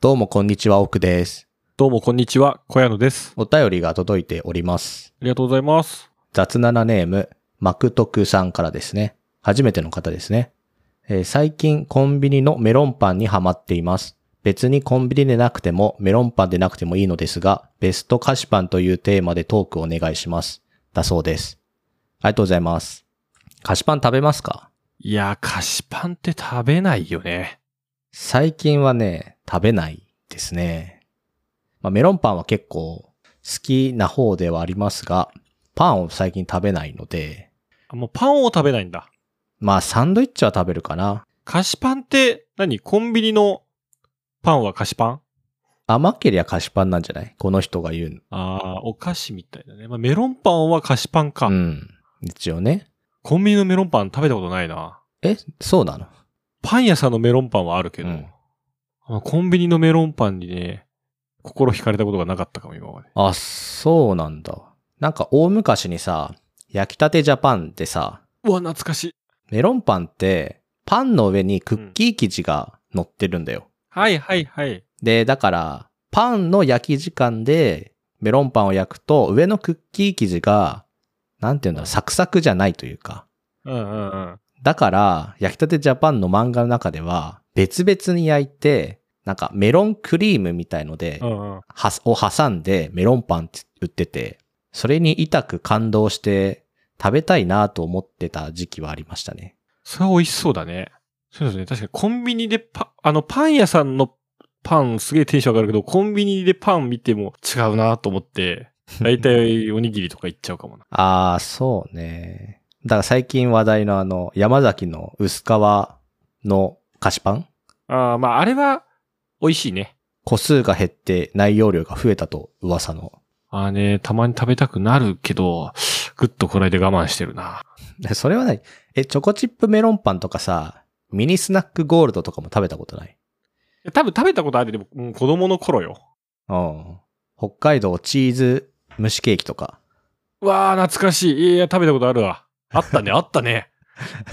どうもこんにちは、奥です。どうもこんにちは、小屋野です。お便りが届いております。ありがとうございます。雑ななネーム、マクトクさんからですね。初めての方ですね。えー最近コンビニのメロンパンにハマっています。別にコンビニでなくてもメロンパンでなくてもいいのですが、ベスト菓子パンというテーマでトークお願いします。だそうです。ありがとうございます。菓子パン食べますかいやー、菓子パンって食べないよね。最近はね、食べないですね。まあ、メロンパンは結構好きな方ではありますが、パンを最近食べないので、あもうパンを食べないんだ。まあサンドイッチは食べるかな。菓子パンって何、コンビニのパンは菓子パン甘けりゃ菓子パンなんじゃないこの人が言うあー、お菓子みたいだね。まあ、メロンパンは菓子パンか、の。うん。一応ね。コンビニのメロンパン食べたことないな。え、そうなのパン屋さんのメロンパンはあるけど、うんまあコンビニのメロンパンにね、心惹かれたことがなかったかも、今まで。あ、そうなんだ。なんか大昔にさ、焼きたてジャパンってさ、うわ、懐かしい。メロンパンってパンの上にクッキー生地が乗ってるんだよ。はいはいはい。で、だから、パンの焼き時間でメロンパンを焼くと、上のクッキー生地が、なんていうんだろう、サクサクじゃないというか。うんうんうん。だから、焼きたてジャパンの漫画の中では、別々に焼いて、なんかメロンクリームみたいのでう、んうん。はすを挟んでメロンパンって売ってて、それに痛く感動して、食べたいなと思ってた時期はありましたね。それは美味しそうだね。そうですね。確かにコンビニでパ、あのパン屋さんのパンすげえテンション上がるけど、コンビニでパン見ても違うなと思って、だいたいおにぎりとかいっちゃうかもな。ああ、そうね。だから最近話題のあの、山崎の薄皮の菓子パンああ、まああれは美味しいね。個数が減って内容量が増えたと噂の。 ああね、たまに食べたくなるけど、ぐっとこらえて我慢してるな。それはない。え、チョコチップメロンパンとかさ、ミニスナックゴールドとかも食べたことない多分食べたことあるけど、うん子供の頃よ。うん。北海道チーズ蒸しケーキとか。うわあ、懐かしい。いや、食べたことあるわ。あったね、あったね。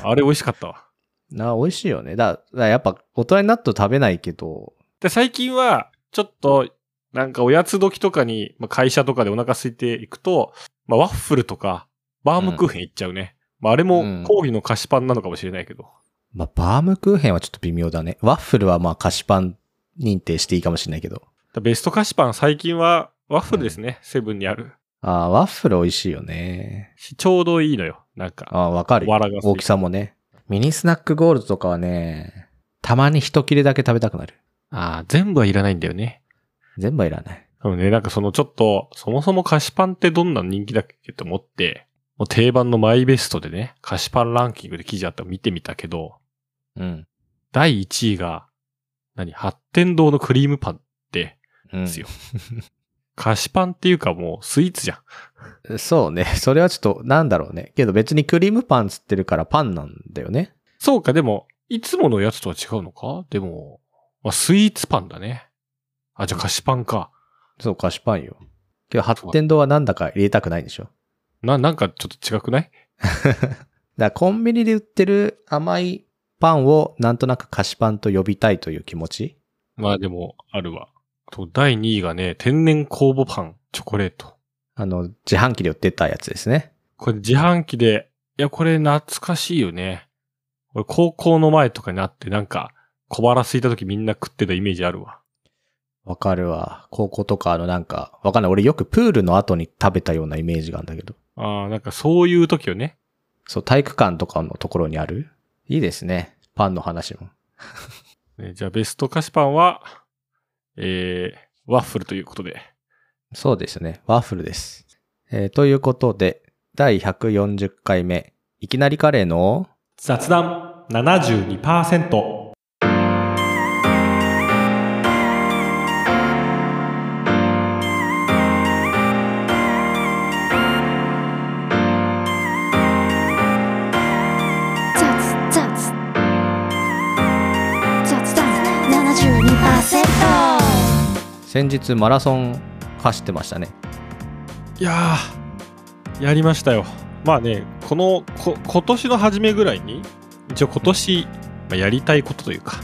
あれ美味しかったわ。な、美味しいよね。だ、だからやっぱ大人になると食べないけど、で、最近は、ちょっと、なんかおやつ時とかに、まあ、会社とかでお腹空いていくと、まあ、ワッフルとか、バームクーヘンいっちゃうね。まあ、あれうんも、講義の菓子パンなのかもしれないけど。まあ、バームクーヘンはちょっと微妙だね。ワッフルはまあ菓子パン認定していいかもしれないけど。だベスト菓子パン、最近は、ワッフルですね。セブンにある。あーワッフル美味しいよね。ちょうどいいのよ。なんか。あーわかるよわらがすい大きさもね。ミニスナックゴールドとかはね、たまに一切れだけ食べたくなる。ああ、全部はいらないんだよね。全部はいらない。でもね、なんかそのちょっと、そもそも菓子パンってどんな人気だっけと思って、もう定番のマイベストでね、菓子パンランキングで記事あったの見てみたけど、うん。第1位が、何八天堂のクリームパンって、うん、ですよ。菓子パンっていうかもうスイーツじゃん。そうね。 それはちょっと、なんだろうね。けど別にクリームパンつってるからパンなんだよね。そうか、でも、いつものやつとは違うのかでも、まあ、スイーツパンだね。あ、じゃあ菓子パンか。そう、菓子パンよ。けど発展堂はなんだか入れたくないんでしょ。な、なんかちょっと違くないだからコンビニで売ってる甘いパンをなんとなく菓子パンと呼びたいという気持ち。まあでも、あるわ。と、第2位がね、天然酵母パン、チョコレート。あの、自販機で売ってたやつですね。これ自販機で、いや、これ懐かしいよね。俺、高校の前とかになって、なんか、小腹空いた時みんな食ってたイメージあるわ。わかるわ。高校とかあのなんか、わかんない。俺よくプールの後に食べたようなイメージがあるんだけど。ああ、なんかそういう時をね。そう、体育館とかのところにあるいいですね。パンの話も。ねじゃあベスト菓子パンは、えー、ワッフルということで。そうですね。ワッフルです。えーということで、第140回目、いきなりカレーの、雑談72%。雑雑雑談72%先日マラソン走ってましたね。いやー、やりましたよ。まあね、この、こ今年の初めぐらいに、一応今年、まあ、やりたいことというか、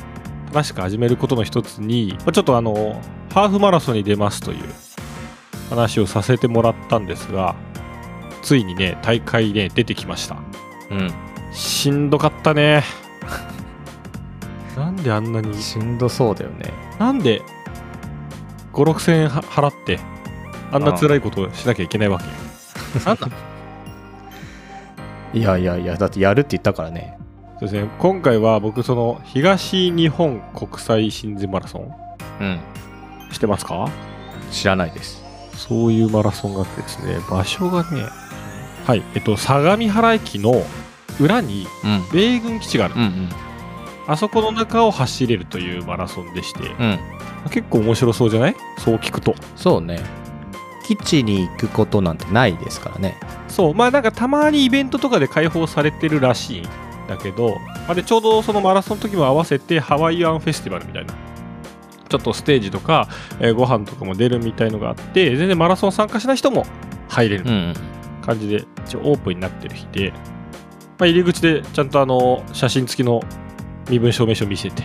正しく始めることの一つに、まあちょっとあの、ハーフマラソンに出ますという話をさせてもらったんですが、ついにね、大会ね、出てきました。うん。しんどかったね。 なんであんなに、しんどそうだよね。なんで5、6千円は払って、あんな辛いことをしなきゃいけないわけ。なんだいやいやいや、だってやるって言ったからね。そうですね、今回は僕、その東日本国際親善マラソン、うん。してますか知らないです。そういうマラソンがあってですね、場所がね、はい、えっと、相模原駅の裏にうん。米軍基地がある、うんあそこの中を走れるというマラソンでして、うん。うん。結構面白そうじゃないそう聞くと。そうね。基地に行くことなんてないですからね。そう、まあなんかたまにイベントとかで開放されてるらしいんだけど、あれちょうどそのマラソンの時も合わせてハワイアンフェスティバルみたいな。ちょっとステージとか、えーご飯とかも出るみたいのがあって、全然マラソン参加しない人も入れるん。感じで、一応オープンになってる日で、まあ、入り口でちゃんとあの写真付きの身分証明書見せて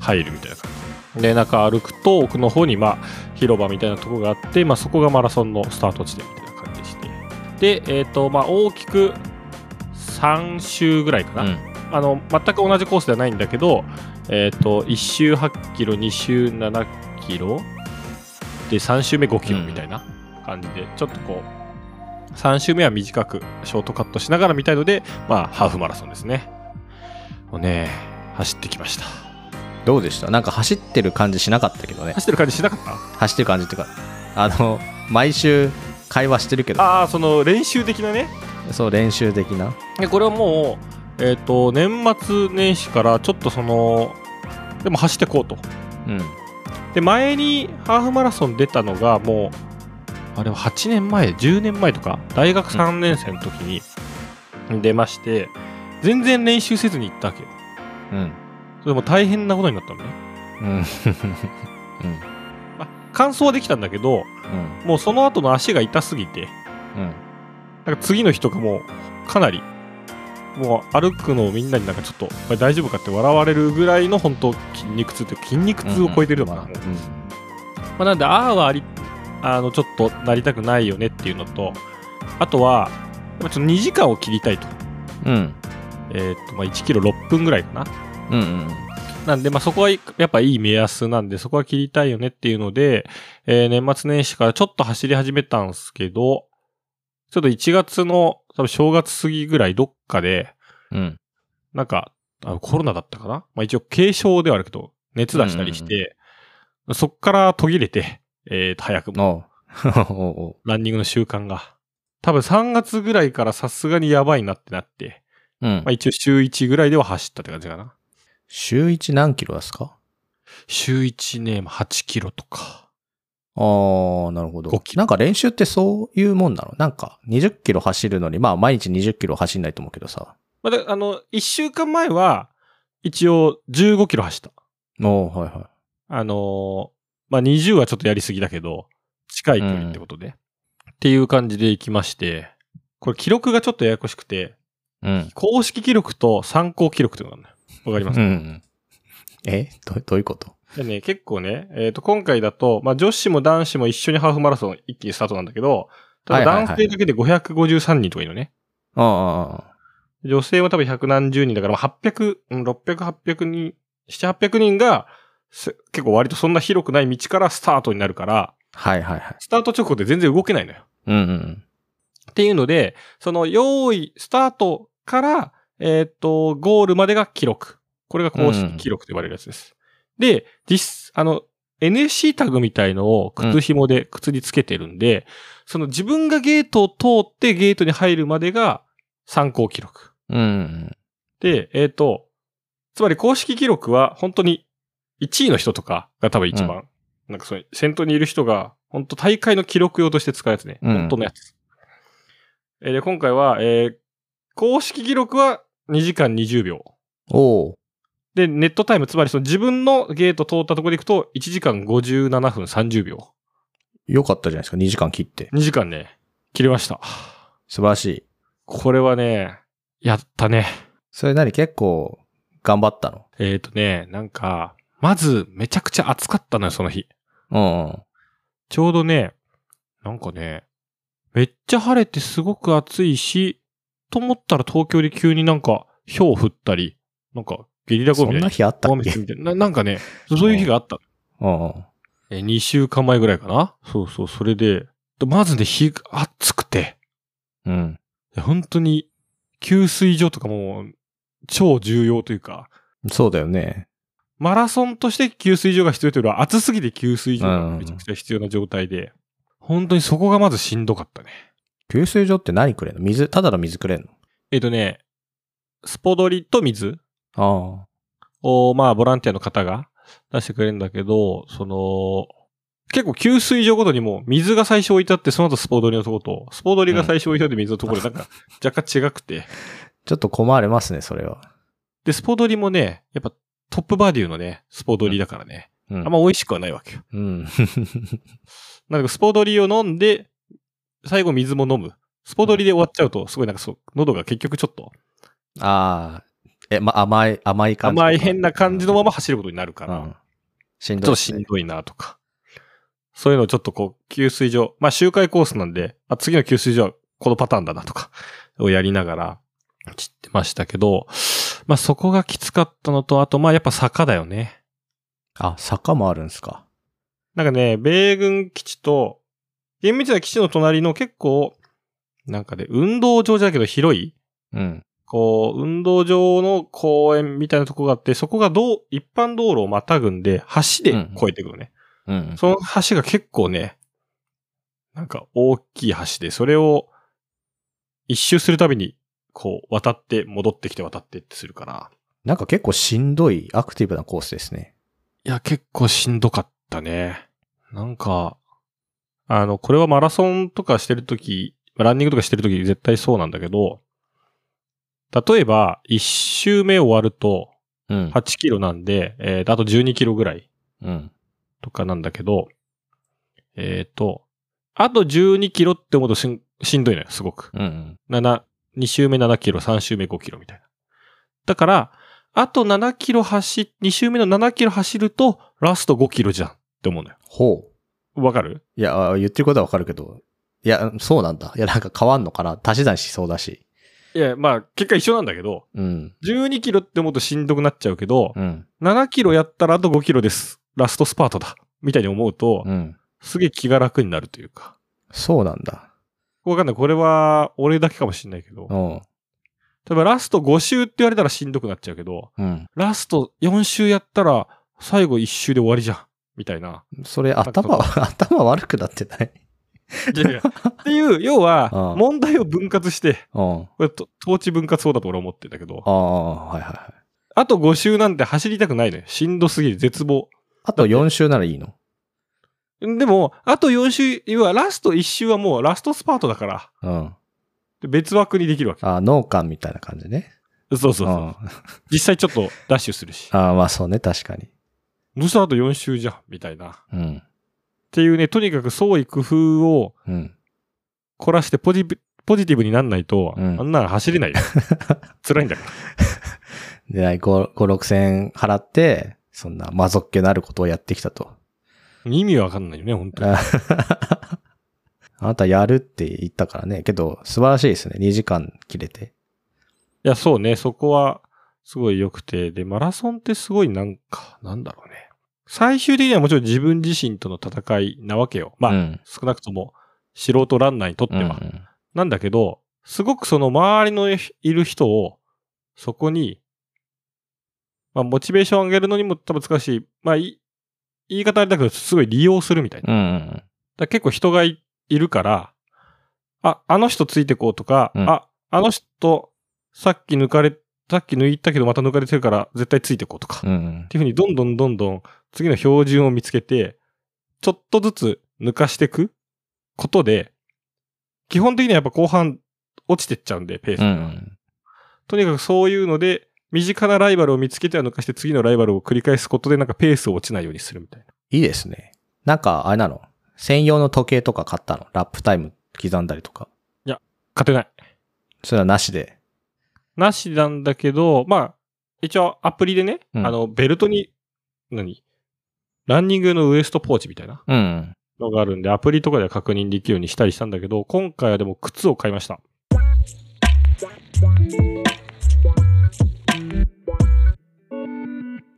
入るみたいな感じで中歩くと奥の方にまあ広場みたいなとこがあって、まあ、そこがマラソンのスタート地点みたいな感じでしてで、えーとまあ、大きく3周ぐらいかな、うん。あの全く同じコースではないんだけど、えー、と1周8キロ2周7キロで3周目5キロみたいな感じで、ちょっとこう3周目は短くショートカットしながらみたいので、まあ、ハーフマラソンですねもうね走ってきましたどうでしたなんか走ってる感じしなかったけどね。走ってる感じしなかった走ってる感じっていうか、あの、毎週会話してるけど、ああその練習的なねそう、練習的な。でこれはもう、えー、と年末年始からちょっとそのでも走ってこうとうん。で前にハーフマラソン出たのがもうあれは8年前10年前とか大学3年生の時に出まして、全然練習せずに行ったわけようん。それも大変なことになったのね、うん。まあ、完走はできたんだけどうん。もうその後の足が痛すぎてうん。なんか次の日とかもうかなりもう歩くのをみんなになんかちょっとこれ大丈夫かって笑われるぐらいの本当筋肉痛っていうか筋肉痛を超えてるのかな、もうまあ、なんで、ああはあり、あの、ちょっとなりたくないよねっていうのと、あとは、やっぱちょっと2時間を切りたいと。うん。うん。えーっと、まあ、1キロ6分ぐらいかな。うん。うん。なんで、まあ、そこはやっぱいい目安なんで、そこは切りたいよねっていうので、えー年末年始からちょっと走り始めたんですけど、ちょっと1月の、多分正月過ぎぐらいどっかで、うん。なんか、あコロナだったかなまあ、一応軽症ではあるけど、熱出したりして、そっから途切れて、えーっと、早くもおう おうおうランニングの習慣が。多分3月ぐらいからさすがにやばいなってなって、うんまあ、一応週1ぐらいでは走ったって感じかな。週1何キロですか週1ね、まあ8キロとか。ああ、なるほど5。キロなんか練習ってそういうもんなのなんか20キロ走るのに、まあ毎日20キロ走んないと思うけどさ。まあ、だあの、1週間前は、一応15キロ走った。おーはいはあのーまあ、20はちょっとやりすぎだけど、近い距離ってことで。っていう感じで行きまして、これ記録がちょっとややこしくて、い。うん。公式記録と参考記録というのがあるのよわかりますうんうん。えどどういうことでね、結構ね、えっ、と、今回だと、まあ、女子も男子も一緒にハーフマラソン一気にスタートなんだけど、ただはいはいはい男性だけで553人とかいるのね。ああ、女性は多分100何十人だから、まあ800、うん600、800人、7、800人が、せ結構割とそんな広くない道からスタートになるから、はいはいはい。スタート直後で全然動けないのよ。うんうん。っていうので、その、用意、スタートから、えっ、と、ゴールまでが記録。これが公式記録と呼ばれるやつです。で、実、あの、NSC タグみたいのを靴紐で靴につけてるんで、その自分がゲートを通ってゲートに入るまでが参考記録。うんうん。で、えっ、と、つまり公式記録は本当に1位の人とかが多分一番、なんかそういう先頭にいる人が本当大会の記録用として使うやつね。うん本当のやつ。えーで、今回は、えー公式記録は2時間20秒。おーで、ネットタイム、つまりその自分のゲート通ったところで行くと1時間57分30秒。よかったじゃないですか。2時間切って。 2時間ね、切れました。素晴らしい。これはね、やったね。それ何結構頑張ったのえっ、とね、なんか、まず、めちゃくちゃ暑かったのよ、その日。うんうん。ちょうどね、なんかね、めっちゃ晴れてすごく暑いし、と思ったら東京で急になんか、氷降ったり、なんか、ゲリラ豪そ雨んみたない日あったな。っ雨けみたいな。ななんかね、そそういう日があった。うんうん。え、2週間前ぐらいかなそうそう、それで、でまずね、日が暑くて、うん。で本当に、給水所とかもう、超重要というか、そうだよね。マラソンとして給水所が必要というよりは、暑すぎて給水所がめちゃくちゃ必要な状態で、本当にそこがまずしんどかったね。給水所って何くれんの水、ただの水くれんえっ、とね、スポドリと水のを、まあ、ボランティアの方が出してくれるんだけど、その、結構給水所ごとにもう水が最初置いてあって、その後スポドリのとこと、スポドリが最初置いてあって水のところで、なんか若干違くて。ああ。ちょっと困りますね、それは。で、スポドリもね、やっぱトップバデュのね、スポドリだからね、うん。あんま美味しくはないわけよ。うん。 なんかスポドリを飲んで、最後水も飲む。スポドリで終わっちゃうと、すごいなんかそう、喉が結局ちょっとああ。え、ま、甘い、甘い感じ。甘い変な感じのまま走ることになるから。うん。しんちょっどいとっしすんね。どいなとか。そういうのをちょっとこう、給水所、まあ周回コースなんで、あ次の給水所はこのパターンだなとか、をやりながら、散ってましたけど、まあそこがきつかったのと、あとまあやっぱ坂だよね。あ、坂もあるんすか。なんかね、米軍基地と、厳密な基地の隣の結構、なんかね、運動場じゃないけど広い、うん。こう、運動場の公園みたいなとこがあって、そこがどう、一般道路をまたぐんで、橋で越えてくるね。うん。その橋が結構ね、なんか大きい橋で、それを一周するたびに、こう、渡って、戻ってきて渡ってってするから。なんか結構しんどい、アクティブなコースですね。いや、結構しんどかったね。なんか、あの、これはマラソンとかしてるとき、ランニングとかしてるとき絶対そうなんだけど、例えば、一周目終わると、うん。 8キロなんで、えーとあと12キロぐらいうん。とかなんだけど、えっ、と、あと12キロって思うとしんしんどいのよ、すごく。うん。 7、2周目7キロ、3周目5キロみたいな。だから、あと7キロ走、2周目の7キロ走ると、ラスト5キロじゃんって思うのよ。ほう。わかるいや、あ言ってることはわかるけど。いや、そうなんだ。いや、なんか変わんのかな。足し算しそうだし。いや、まあ、結果一緒なんだけど、うん。 12キロって思うとしんどくなっちゃうけどう、ん。 7キロやったらあと5キロです。ラストスパートだ。みたいに思うと、うん。すげえ気が楽になるというか。そうなんだ。わかんない。これは、俺だけかもしんないけどう、ん。例えばラスト5周って言われたらしんどくなっちゃうけど、うん。ラスト4周やったら最後1周で終わりじゃん。みたいな。それ、頭は、 頭悪くなってない。っていう、要はう、ん問題を分割して、うん。これと、統治分割法だと俺は思ってんだけどあ、あ、はいはいはい。あと5周なんて走りたくないのよ。しんどすぎる、絶望。あと4週ならいいの。でも、あと4周、要はラスト1周はもうラストスパートだから、うん。で別枠にできるわけ。あ、農家みたいな感じね。そうそううそう。ん。実際ちょっとダッシュするし。ああ、まあそうね、確かに。そしたらあと4周じゃん、みたいな。っうん。ていうね、とにかく創意工夫を、うん。凝らしてポジブポジティブになんないと、うんあんなの走 れないよ。辛いんだかで、5、5 6000円払って、そんな魔族家なることをやってきたと。 ら。意味わかんないよね、本当に。ああなたやるって言ったからね。けど、素晴らしいですね。2時間切れて。いや、そうね、そこは、すごい良くて。で、マラソンってすごいなんか、なんだろうね。最終的にはもちろん自分自身との戦いなわけよ。まあ、うん。少なくとも、素人ランナーにとってうは。ん。なんだけど、すごくその周りのいる人を、そこに、まあ、モチベーションを上げるのにも多分難しい。まあ、い言い方あれだけど、すごい利用するみたいな。うん。だから結構人がいいるから、あ、あの人ついてこうとか、うんあ、あの人、さっき抜かれ、さっき抜いたけどまた抜かれてるから絶対ついてこうとか、うっん。ていうふうにどんどんどんどん次の標準を見つけて、ちょっとずつ抜かしていくことで、基本的にはやっぱ後半落ちてっちゃうんで、ペースうが。ん。とにかくそういうので、身近なライバルを見つけては抜かして次のライバルを繰り返すことでなんかペースを落ちないようにするみたいな。いいですね。なんか、あれなの専用の時計とか買ったのラップタイム刻んだりとか。勝てない。それはなしで。なしなんだけど、まあ、一応アプリでね、うんあの、ベルトに何ランニングのウエストポーチみたいなうん。のがあるんで、アプリとかでは確認できるようにしたりしたんだけど、今回はでも靴を買いました。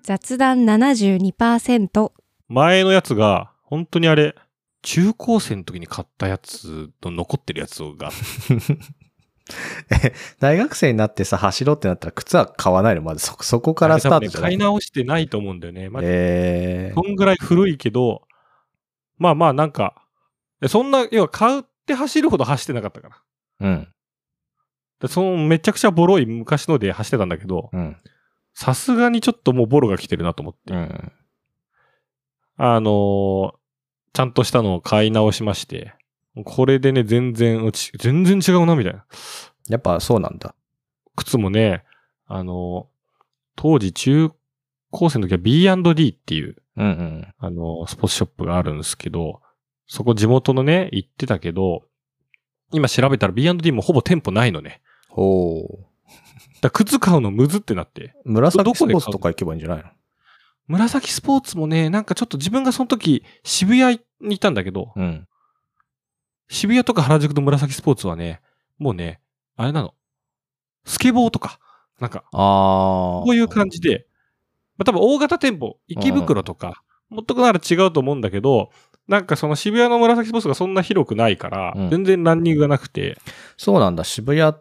雑談72%前のやつが、本当にあれ、中高生の時に買ったやつの残ってるやつが、大学生になってさ、走ろうってなったら靴は買わないのまずそ、そこからスタートじゃな買いい。直してないと思うんだよね。まあえそんぐらい古いけど、まあまあなんか、そんな、要は買って走るほど走ってなかったから。ー、うん。でそのめちゃくちゃボロい昔ので走ってたんだけど、うん。さすがにちょっともうボロが来てるなと思って。うん。あのーちゃんとしたのを買い直しまして、これでね、全然、うち全然違うな、みたいな。やっぱそうなんだ。靴もね、あのー当時中高生の時は B&D っていう、うんうん。あの、スポーツショップがあるんですけど、そこ地元のね、行ってたけど、今調べたら B&D もほぼ店舗ないのね。ほう。だから靴買うのむずってなって。ど紫こスでポ買うーツとか行けばいいんじゃないの紫スポーツもね、なんかちょっと自分がその時渋谷にいたんだけど、うん。渋谷とか原宿の紫スポーツはね、もうね、あれなの。スケボーとか、なんか、ああ。こういう感じで、まあ、多分大型店舗、池袋とか、もっとくなら違うと思うんだけど、なんかその渋谷の紫スポーツがそんな広くないから、うん全然ランニングがなくて、そうなんだ。渋谷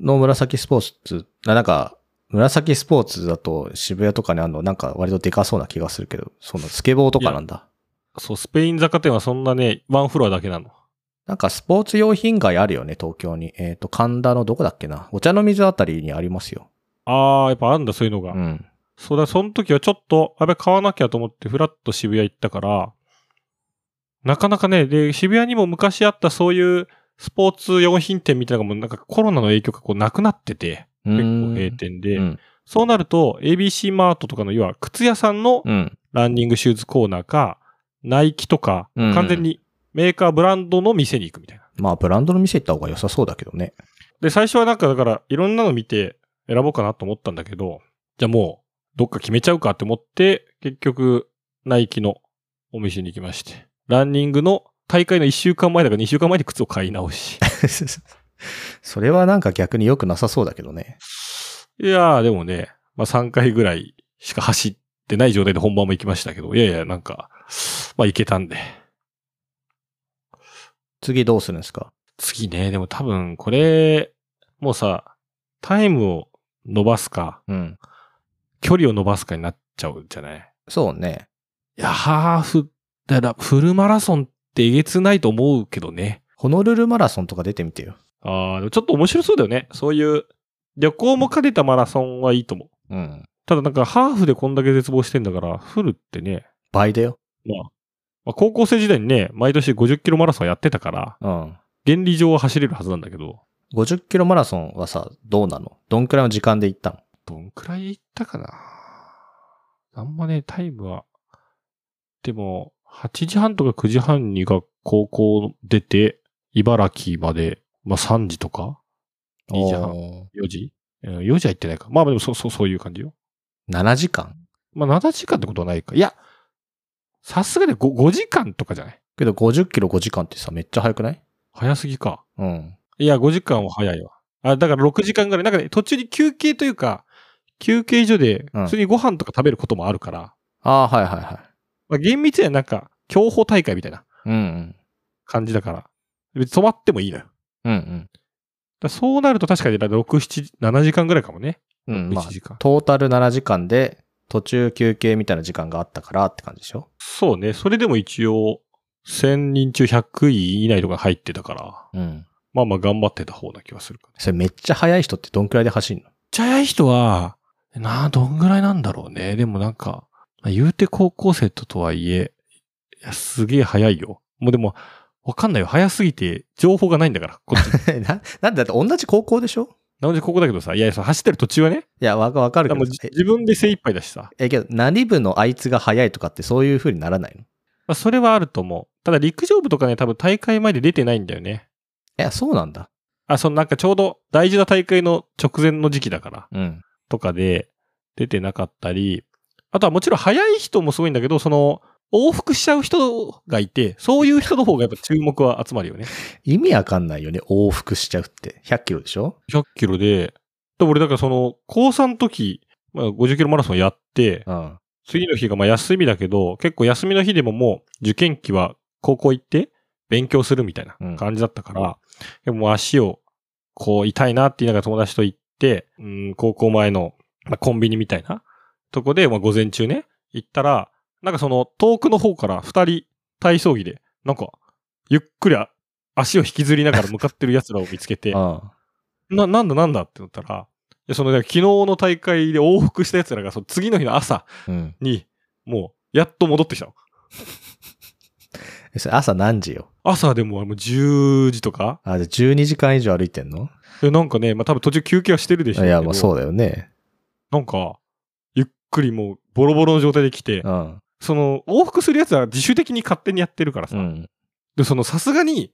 の紫スポーツ、あなんか、紫スポーツだと渋谷とかにあるの、なんか割とでかそうな気がするけど、そのスケボーとかなんだ。そう、スペイン雑貨店はそんなね、ワンフロアだけなの。なんかスポーツ用品街あるよね、東京に。えっ、と、神田のどこだっけな。お茶の水あたりにありますよ。あー、やっぱあるんだ、そういうのが。うん。そうだ、その時はちょっと、あべ、買わなきゃと思って、ふらっと渋谷行ったから、なかなかね、で、渋谷にも昔あったそういうスポーツ用品店みたいなのがもうなんかコロナの影響がこうなくなってて、結構閉店で、うん。そうなると ABC マートとかの要は靴屋さんのうん。ランニングシューズコーナーか、ナイキとか、うん完全にメーカーブランドの店に行くみたいな。まあ、ブランドの店行った方が良さそうだけどね。 で、最初はなんかだから、いろんなの見て選ぼうかなと思ったんだけど、じゃあもう、どっか決めちゃうかって思って、結局、ナイキのお店に行きまして、ランニングの大会の1週間前だから2週間前で靴を買い直し。それはなんか逆に良くなさそうだけどね。いやー、でもね、まあ3回ぐらいしか走ってない状態で本番も行きましたけど、いやいや、なんか、まあ行けたんで。次どうするんですか次ね、でも多分これ、もうさ、タイムを伸ばすか、うん。距離を伸ばすかになっちゃうじゃないそうね。いや、ハーフ、だから、フルマラソンってえげつないと思うけどね。ホノルルマラソンとか出てみてよ。ああ、でもちょっと面白そうだよね。そういう、旅行も兼ねたマラソンはいいと思う。うん。ただなんか、ハーフでこんだけ絶望してんだから、フルってね、倍だよ。まあ、まあ高校生時代にね、毎年50キロマラソンやってたから、うん。原理上は走れるはずなんだけど、 50キロマラソンはさ、どうなのどんくらいの時間で行ったのどんくらい行ったかなあんまね、タイムは。でも、8時半とか9時半にが高校出て、茨城まで、まあ3時とか ?2 時半お ?4 時、うん、?4 時は行ってないか。まあでもそうそうそういう感じよ。ー ?7 時間まあ7時間ってことはないか。いや、さすがに 5, 5時間とかじゃないけど50キロ5時間ってさ、めっちゃ早くない早すぎか。うん。いや、5時間は早いわ。あ、だから6時間ぐらい。なんかね、途中に休憩というか、休憩所で、うん普通にご飯とか食べることもあるから、ああー、はいはいは。まあ、厳密にはなんか、競歩大会みたいないうん感じだから、別に止まってもいいのよ。だかうん。うんらそうなると確かに6、7、7時間ぐらいかもね。うん。うん、 1まあ、時間。トータル7時間で、途中休憩みたいな時間があったからって感じでしょそうね。それでも一応、1000人中100位以内とか入ってたから、うん。まあまあ頑張ってた方な気はするかね。それめっちゃ早い人ってどんくらいで走るのちゃ早い人は、なあ、どんぐらいなんだろうね。でもなんか、まあ言うて高校生ととはいえ、いやすげえ早いよ。もうでも、わかんないよ。早すぎて、情報がないんだから、こっち。な、なんでだって同じ高校でしょなのでここだけどさ、いやいや、そう走ってる途中はね、いや、わかわかるだかけらもどうじえ自分で精一杯だしさ。え、けど、何部のあいつが早いとかってそういう風にならないのいまあ、それはあると思う。ただ陸上部とかね、多分大会前で出てないんだよね。や、そうなんだ。あ、そのなんかちょうど大事な大会の直前の時期だから、うん。とかで出てなかったり、あとはもちろん早い人もすごいんだけど、その、往復しちゃう人がいて、そういう人の方がやっぱ注目は集まるよね。意味わかんないよね。往復しちゃうって。100キロでしょ100キロで、で俺だからその、高3の時、まあ、50キロマラソンやって、うん。次の日がまあ休みだけど、結構休みの日でももう受験期は高校行って勉強するみたいな感じだったから、でももう足をこう痛いなって言いながら友達と行って、うん、高校前の、まあ、コンビニみたいなとこで、まあ、午前中ね、行ったら、なんかその遠くの方から二人体操着で、なんかゆっくりあ足を引きずりながら向かってる奴らを見つけて、うん。な、なんだなんだって思ったら、いやその、だから昨日の大会で往復した奴らが、その次の日の朝、うん。に、もう、やっと戻ってきたの。えそれ朝何時よ朝でも、もう10時とかあ、じゃあ12時間以上歩いてんのでなんかね、まあ多分途中休憩はしてるでしょいや、もうそううだよね。なんか、ゆっくりもう、ボロボロの状態で来て、うん。その、往復するやつは自主的に勝手にやってるからうさ。ん。で、その、さすがに、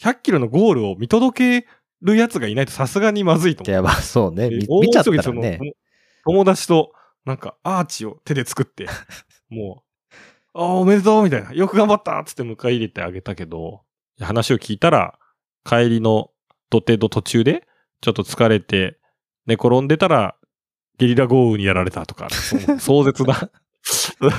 100キロのゴールを見届けるやつがいないとさすがにまずいとい思や、まあそうね。って。みで見ちゃった大急ぎらそのね。友達と、なんか、アーチを手で 作って、もう、ああ、おめでとうみたいな。よく頑張ったっつって迎え入れてあげたけど、話を聞いたら、帰りの土手の途中で、ちょっと疲れて、寝転んでたら、ゲリラ豪雨にやられたとか、もう壮絶な。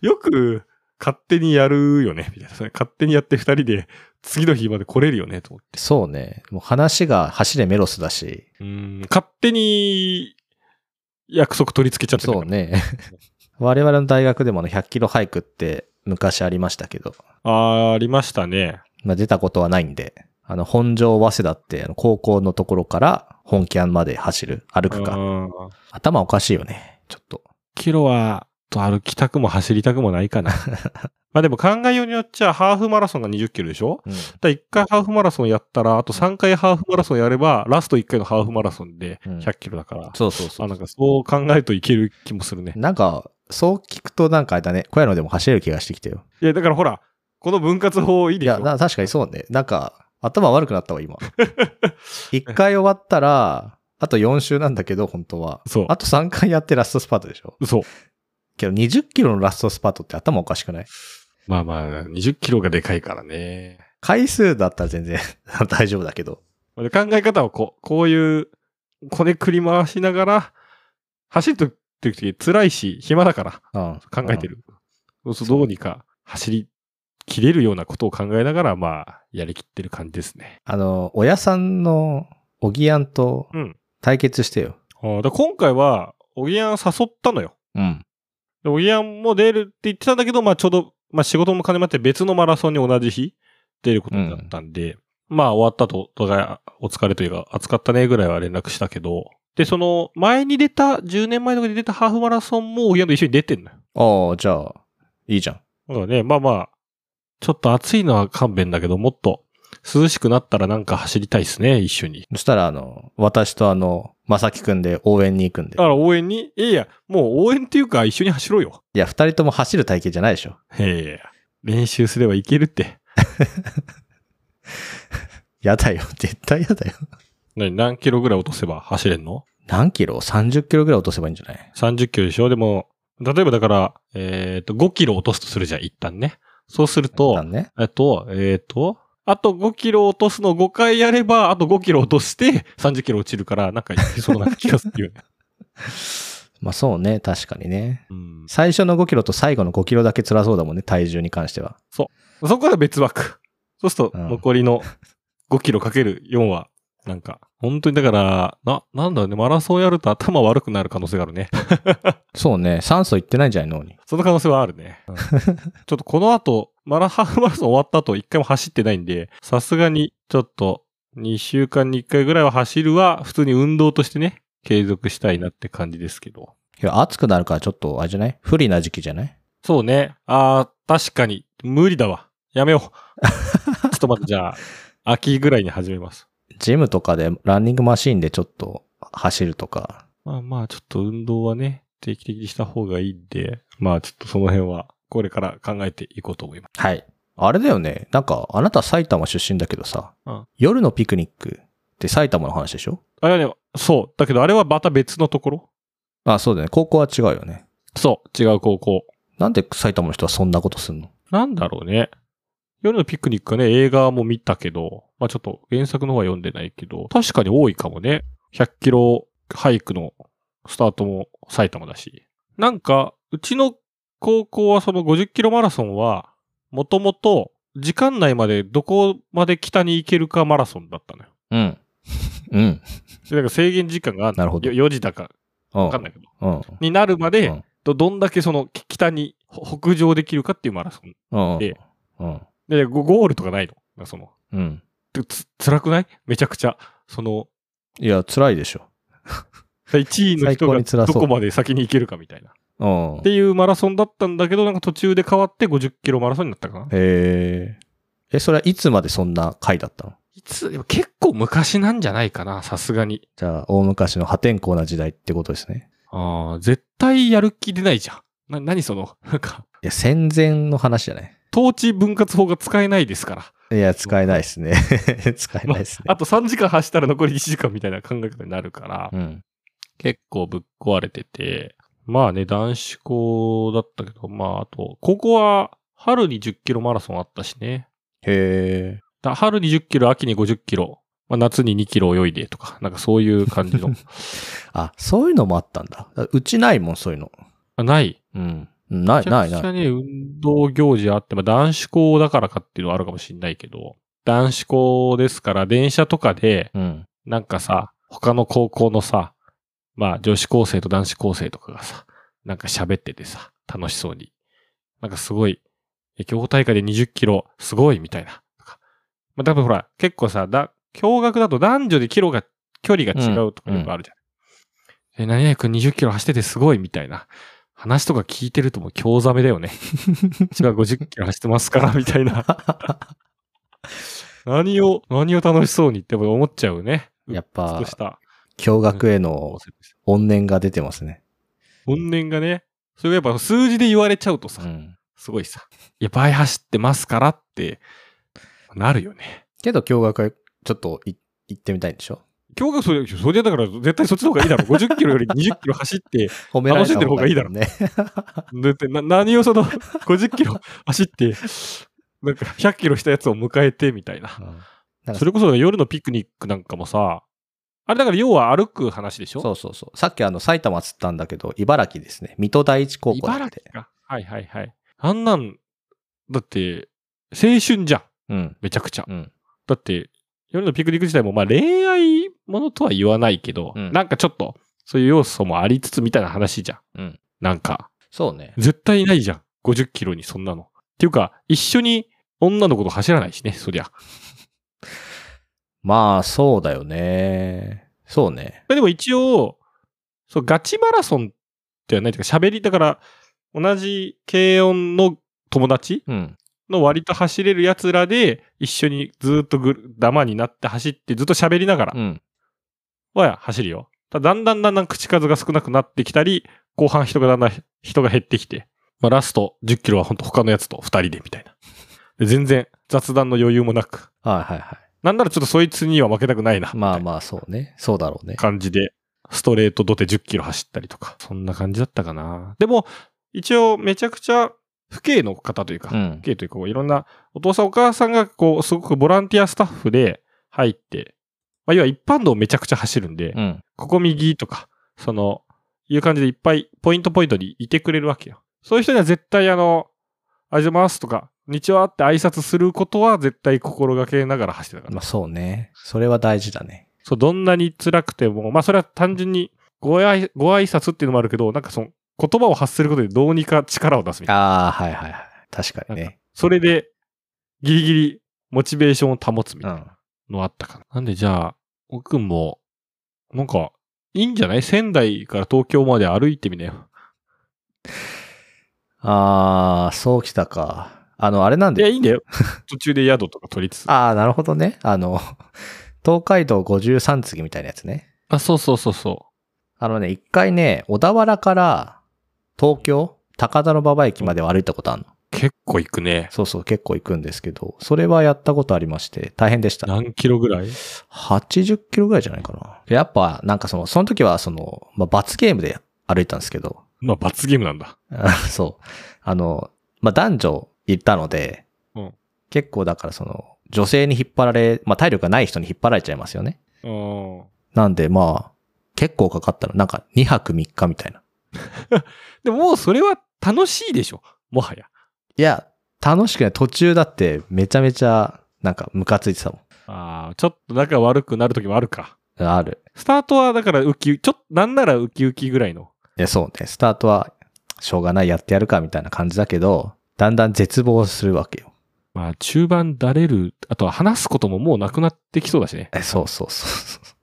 よく、勝手にやるよね、みたいな。それ勝手にやって二人で、次の日まで来れるよね、と思って。そうね。もう話が走れメロスだし。うーん、勝手に、約束取り付けちゃってたかそらうね。 我々の大学でもあの100キロ俳句って昔ありましたけど、あーありましたね。まあ、出たことはないんで、あの、本庄早稲田ってあの高校のところから本キャンまで走る、歩くか。うん頭おかしいよね。ちょっと。キロは、と歩きたくも走りたくもない かな。まあでも考えようによっちゃ、ハーフマラソンが20キロでしょうんだ1回ハーフマラソンやったら、あと3回ハーフマラソンやれば、ラスト1回のハーフマラソンでうん100キロだから。そうそうそあうなんかそう考えるといける気もするね。なんか、そう聞くとなんかあれだね、小屋のでも走れる気がしてきてよ。いや、だからほら、この分割法いいいでしや、ょな確かにそうね。なんか、頭悪くなったわ、 今。一回終わったら、あと4周なんだけど、本当は。そうあと3回やってラストスパートでしょ。そう。けど、20キロのラストスパートって頭おかしくないまあまあ、20キロがでかいからね。回数だったら全然 大丈夫だけど。で考え方はこう、こういう、こねくり回しながら、走るとき時辛いし、暇だからうん。考えてる。そうするとどうにか走り切れるようなことを考えながら、まあ、やりきってる感じですね。あの、親さんの、おぎやんとうん、対決してよ。あーだから今回は、おぎやん誘ったのよ。うん。で、おぎやんも出るって言ってたんだけど、まあちょうど、まあ仕事も兼ねまって別のマラソンに同じ日出ることになったんで、まあ終わったと、お互いお疲れというか、暑かったねぐらいは連絡したけど、で、その前に出た、10年前とかに出たハーフマラソンもおぎやんと一緒に出てんのよ。ああ、じゃあ、いいじゃん。だからね、まあまあ、ちょっと暑いのは勘弁だけど、もっと涼しくなったらなんか走りたいですね、一緒に。そしたら、あの、私とあの、まさきくんで応援に行くんでだ。から応援に、いやいや、もう応援っていうか一緒に走ろうよ。いや、二人とも走る体型じゃないでしょ。へえ、練習すればいけるって。やだよ。絶対やだよ。何、何キロぐらい落とせば走れんの何キロ ?30 キロぐらい落とせばいいんじゃない30キロでしょでも、例えばだから、えっ、と、5キロ落とすとするじゃん、一旦ね。そうするだと、ね。えっと、えっ、と、あと5キロ落とすの5回やれば、あと5キロ落として30キロ落ちるから、なんかいけそうな気がする よね。まあそうね。確かにね。うん。最初の5キロと最後の5キロだけ辛そうだもんね。体重に関しては。そこは別枠。そうすると、うん残りの5キロかける4は、なんか、本当にだから、な、なんだろうね、マラソンやると頭悪くなる可能性があるね。そうね。酸素いってないんじゃない脳に。その可能性はあるね。 ちょっとこの後、マラ、ハーフマラソン終わった後、一回も走ってないんで、さすがに、ちょっと、2週間に1回ぐらいは走るは、普通に運動としてね、継続したいなって感じですけど。いや、暑くなるからちょっと、あれじゃない不利な時期じゃないそうね。あー、確かに、無理だわ。やめよ う。ちょっと待って、じゃあ、秋ぐらいに始めます。ジムとかでランニングマシーンでちょっと走るとか。まあまあ、ちょっと運動はね、定期的にした方がいいんで、まあちょっとその辺は、これから考えていこうと思います。はい。あれだよね。なんか、あなた埼玉出身だけどさ、うん夜のピクニックって埼玉の話でしょあれはね、そう。だけど、あれはまた別のところあ、そうだね。高校は違うよね。そう、違う高校。なんで埼玉の人はそんなことすんのなんだろうね。夜のピクニックはね、映画も見たけど、まあちょっと原作の方は読んでないけど、確かに多いかもね。100キロハイクのスタートも埼玉だし。なんか、うちの高校はその50キロマラソンは、もともと時間内までどこまで北に行けるかマラソンだったのよ。うん。うん。でなんか制限時間があんのなるほどよ4時だか、わわかんないけど。うん。になるまうでん、どどんだけその北に北上できるかっていうマラソン。うん。でうん。で、ゴゴールとかないのなんかその、うん。でつ、辛くないめちゃくちゃ。その、いや、辛いでしょ。 1位の人最高がに辛どそうこまで先に行けるかみたいな。うんって。いうマラソンだったんだけど、なんか途中で変わって50キロマラソンになったかな。へえ。え、それはいつまでそんな回だったのいつ、でも結構昔なんじゃないかな、さすがに。じゃあ、大昔の破天荒な時代ってことですね。ああ、絶対やる気出ないじゃん。な、何その、なんか、いや、戦前の話じゃない。統治分割法が使えないですから。いや、使えないですね。 使えないですね。あと3時間走ったら残り1時間みたいな考え方になるから、うん。結構ぶっ壊れてて、まあね、男子校だったけど、まああと、高校は春に10キロマラソンあったしね。へえ。だ春に10キロ、秋に50キロ、まあ、夏に2キロ泳いでとか、なんかそういう感 じの。あ、そういうのもあったんだ。うちないもん、そういうの。あない。うん。ない、ない、めちゃくちなゃい。ね、運動行事あって、まあ男子校だからかっていうのはあるかもしんないけど、男子校ですから、電車とかで、うん。なんかさ、他の高校のさ、まあ女子高生と男子高生とかがさ、なんか喋っててさ、楽しそうに。なんかすごい、え競歩大会で20キロ、すごいみたいな。とかまあ多分ほら、結構さ、だ、驚学だと男女でキロが、距離が違うとかよくあるじゃん。え、何々くん20キロ走っててすごいみたいな。話とか聞いてるともう興ざめだよ ね。うちは50キロ走ってますから、みたいな。何を、何を楽しそうにって思っちゃうね。やっちょっぱと、した。驚愕への怨念が出てますね。本年がね、それがやっぱ数字で言われちゃうとさ、うん。すごいさ、いや、倍走ってますからって、なるよね。けど、驚愕へちょっとい行ってみたいんでしょ今日がそれ、それだから絶対そっちの方がいいだろ。50キロより20キロ 走って、褒められた方がいいだろうね。だってな何をその50キロ走って、なんか100キロしたやつを迎えてみたいな。うんなんかそれこそ夜のピクニックなんかもさ、あれだから要は歩く話でしょそうそうそう。さっきあの埼玉つったんだけど、茨城ですね。水戸第一高校だ茨って城。か。はいはいはい。あんなん、だって、青春じゃん。うん。めちゃくちゃ。うん。だって、夜のピクニック自体もまあ恋愛ものとは言わないけど、うんなんかちょっと、そういう要素もありつつみたいな話じゃん。うんなんか、そうね。絶対ないじゃん。50キロにそんなの。っていうか、一緒に女の子と走らないしね、そりゃ。まあ、そうだよね。そうね。まあでも一応、そう、ガチマラソンではないというか、喋り、だから、同じ軽音の友達うん。の割と走れる奴らで、一緒にずっとぐる、ダマになって走って、ずっと喋りながらうん。は走るよ。ただだんだんだんだん口数が少なくなってきたり、後半人がだんだん人が減ってきて、まあ、ラスト10キロは本当他のやつと2人でみたいな。で全然雑談の余裕もなく。はいはいはなんならちょっとそいつには負けたくないな。い。まあみまあ、そうね。そうだろうねたいな。感じで、ストレート土手10キロ走ったりとか。そんな感じだったかな。でも、一応めちゃくちゃ不敬の方というか、うん。系というか、こういろんなお父さんお母さんがこう、すごくボランティアスタッフで入って、まあ、要は一般道をめちゃくちゃ走るんで、うん。ここ右とか、その、いう感じでいっぱいポイントポイントにいてくれるわけよ。そういう人には絶対あの、ありがとうございますとか、こんにちはって挨拶することは絶対心がけながら走ってたから。まあ、そうね。それは大事だね。そう、どんなに辛くても、まあそれは単純にご挨ご挨拶っていうのもあるけど、なんかその言葉を発することでどうにか力を出すみたいな。ああ、はいはいはい。確かにね。それで、ギリギリモチベーションを保つみう。たいなんのあったかな。なんでじゃあ、奥も、なんか、いいんじゃない仙台から東京まで歩いてみなよ。ああ、そうきたか。あの、あれなんいや、で。いいんだよ。 途中で宿とか取りつつ。あ、ああ、なるほどね。あの、 東海道53次みたいなやつね。そうそうそうそあのね、一回ね、小田原から東京、高田馬場駅までは歩いたことあるの。う。結構行くね。そうそう、結構行くんですけど、それはやったことありまして、大変でした。何キロぐらい80キロぐらいじゃないかな。やっぱ、なんかその、その時はその、まあ罰ゲームで歩いたんですけど、 まあ、罰ゲームなんだ。あそう。あの、まあ、男女行ったので、うん結構だからその、女性に引っ張られ、まあ、体力がない人に引っ張られちゃいますよね。あーなんでまあ、結構かかったの。なんか2泊3日みたいな。でももうそれは楽しいでしょ。もはや。いや、楽しくない。途中だってめちゃめちゃ、なんかムカついてたもああ、ちょっと仲悪くなる時もあるか。ん。ある。スタートはだからウキウキ、ちょっと、なんならウキウキぐらいの。いや、そうね。スタートは、しょうがない、やってやるか、みたいな感じだけど、だんだん絶望するわけよ。まあ、中盤だれる、あとは話すことももうなくなってきそうだしね。え、そうそうそうそう。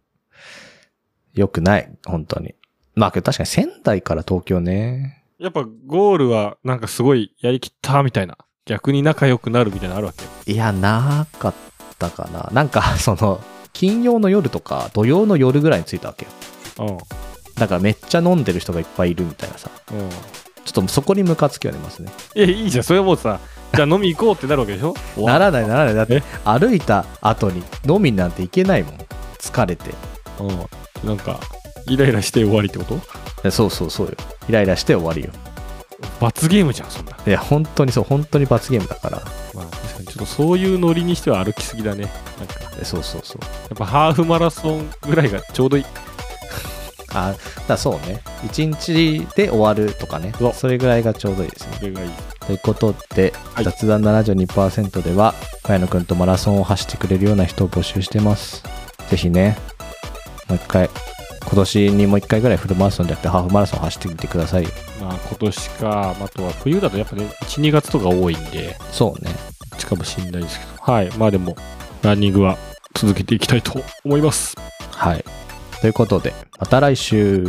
よくない、本当に。まあ、けど確かに仙台から東京ね。やっぱゴールはなんかすごいやりきったみたいな。逆に仲良くなるみたいなのあるわけよ。いや、なかったかな。なんか、 その、金曜の夜とか土曜の夜ぐらいに着いたわけよ。だからめっちゃ飲んでる人がいっぱいいるみたいなさ。うん。うん。ちょっとそこにムカつきは出ますね。いや、いいじゃん。それはもうさ、じゃあ飲み行こうってなるわけでしょならないならない。だっえて歩いた後に飲みになんて行けないもん。疲れて。うん。なんか、イライラして終わりってことえそうそうそうよ。イライラして終わりよ。罰ゲームじゃん、そんな。いや、本当にそう、本当に罰ゲームだから。まあ、確かにちょっとそういうノリにしては歩きすぎだね。なんか、やえそうそうそう。っぱハーフマラソンぐらいがちょうどいい。あ、だからそうね。一日で終わるとかねう。わそれぐらいがちょうどいいですね。それがいい。ということで、はい雑談72%では、茅野くんとマラソンを走ってくれるような人を募集してます。ぜひね、もう一回、今年にもう一回ぐらいフルマラソンじゃなくてハーフマラソン走ってみてくださいよ。まあ、今年か、あとは冬だとやっぱね、1、2月とか多いんで、そうね。こっちかもしんないですけど。はい。まあでも、ランニングは続けていきたいと思います。はい。ということで、また来週。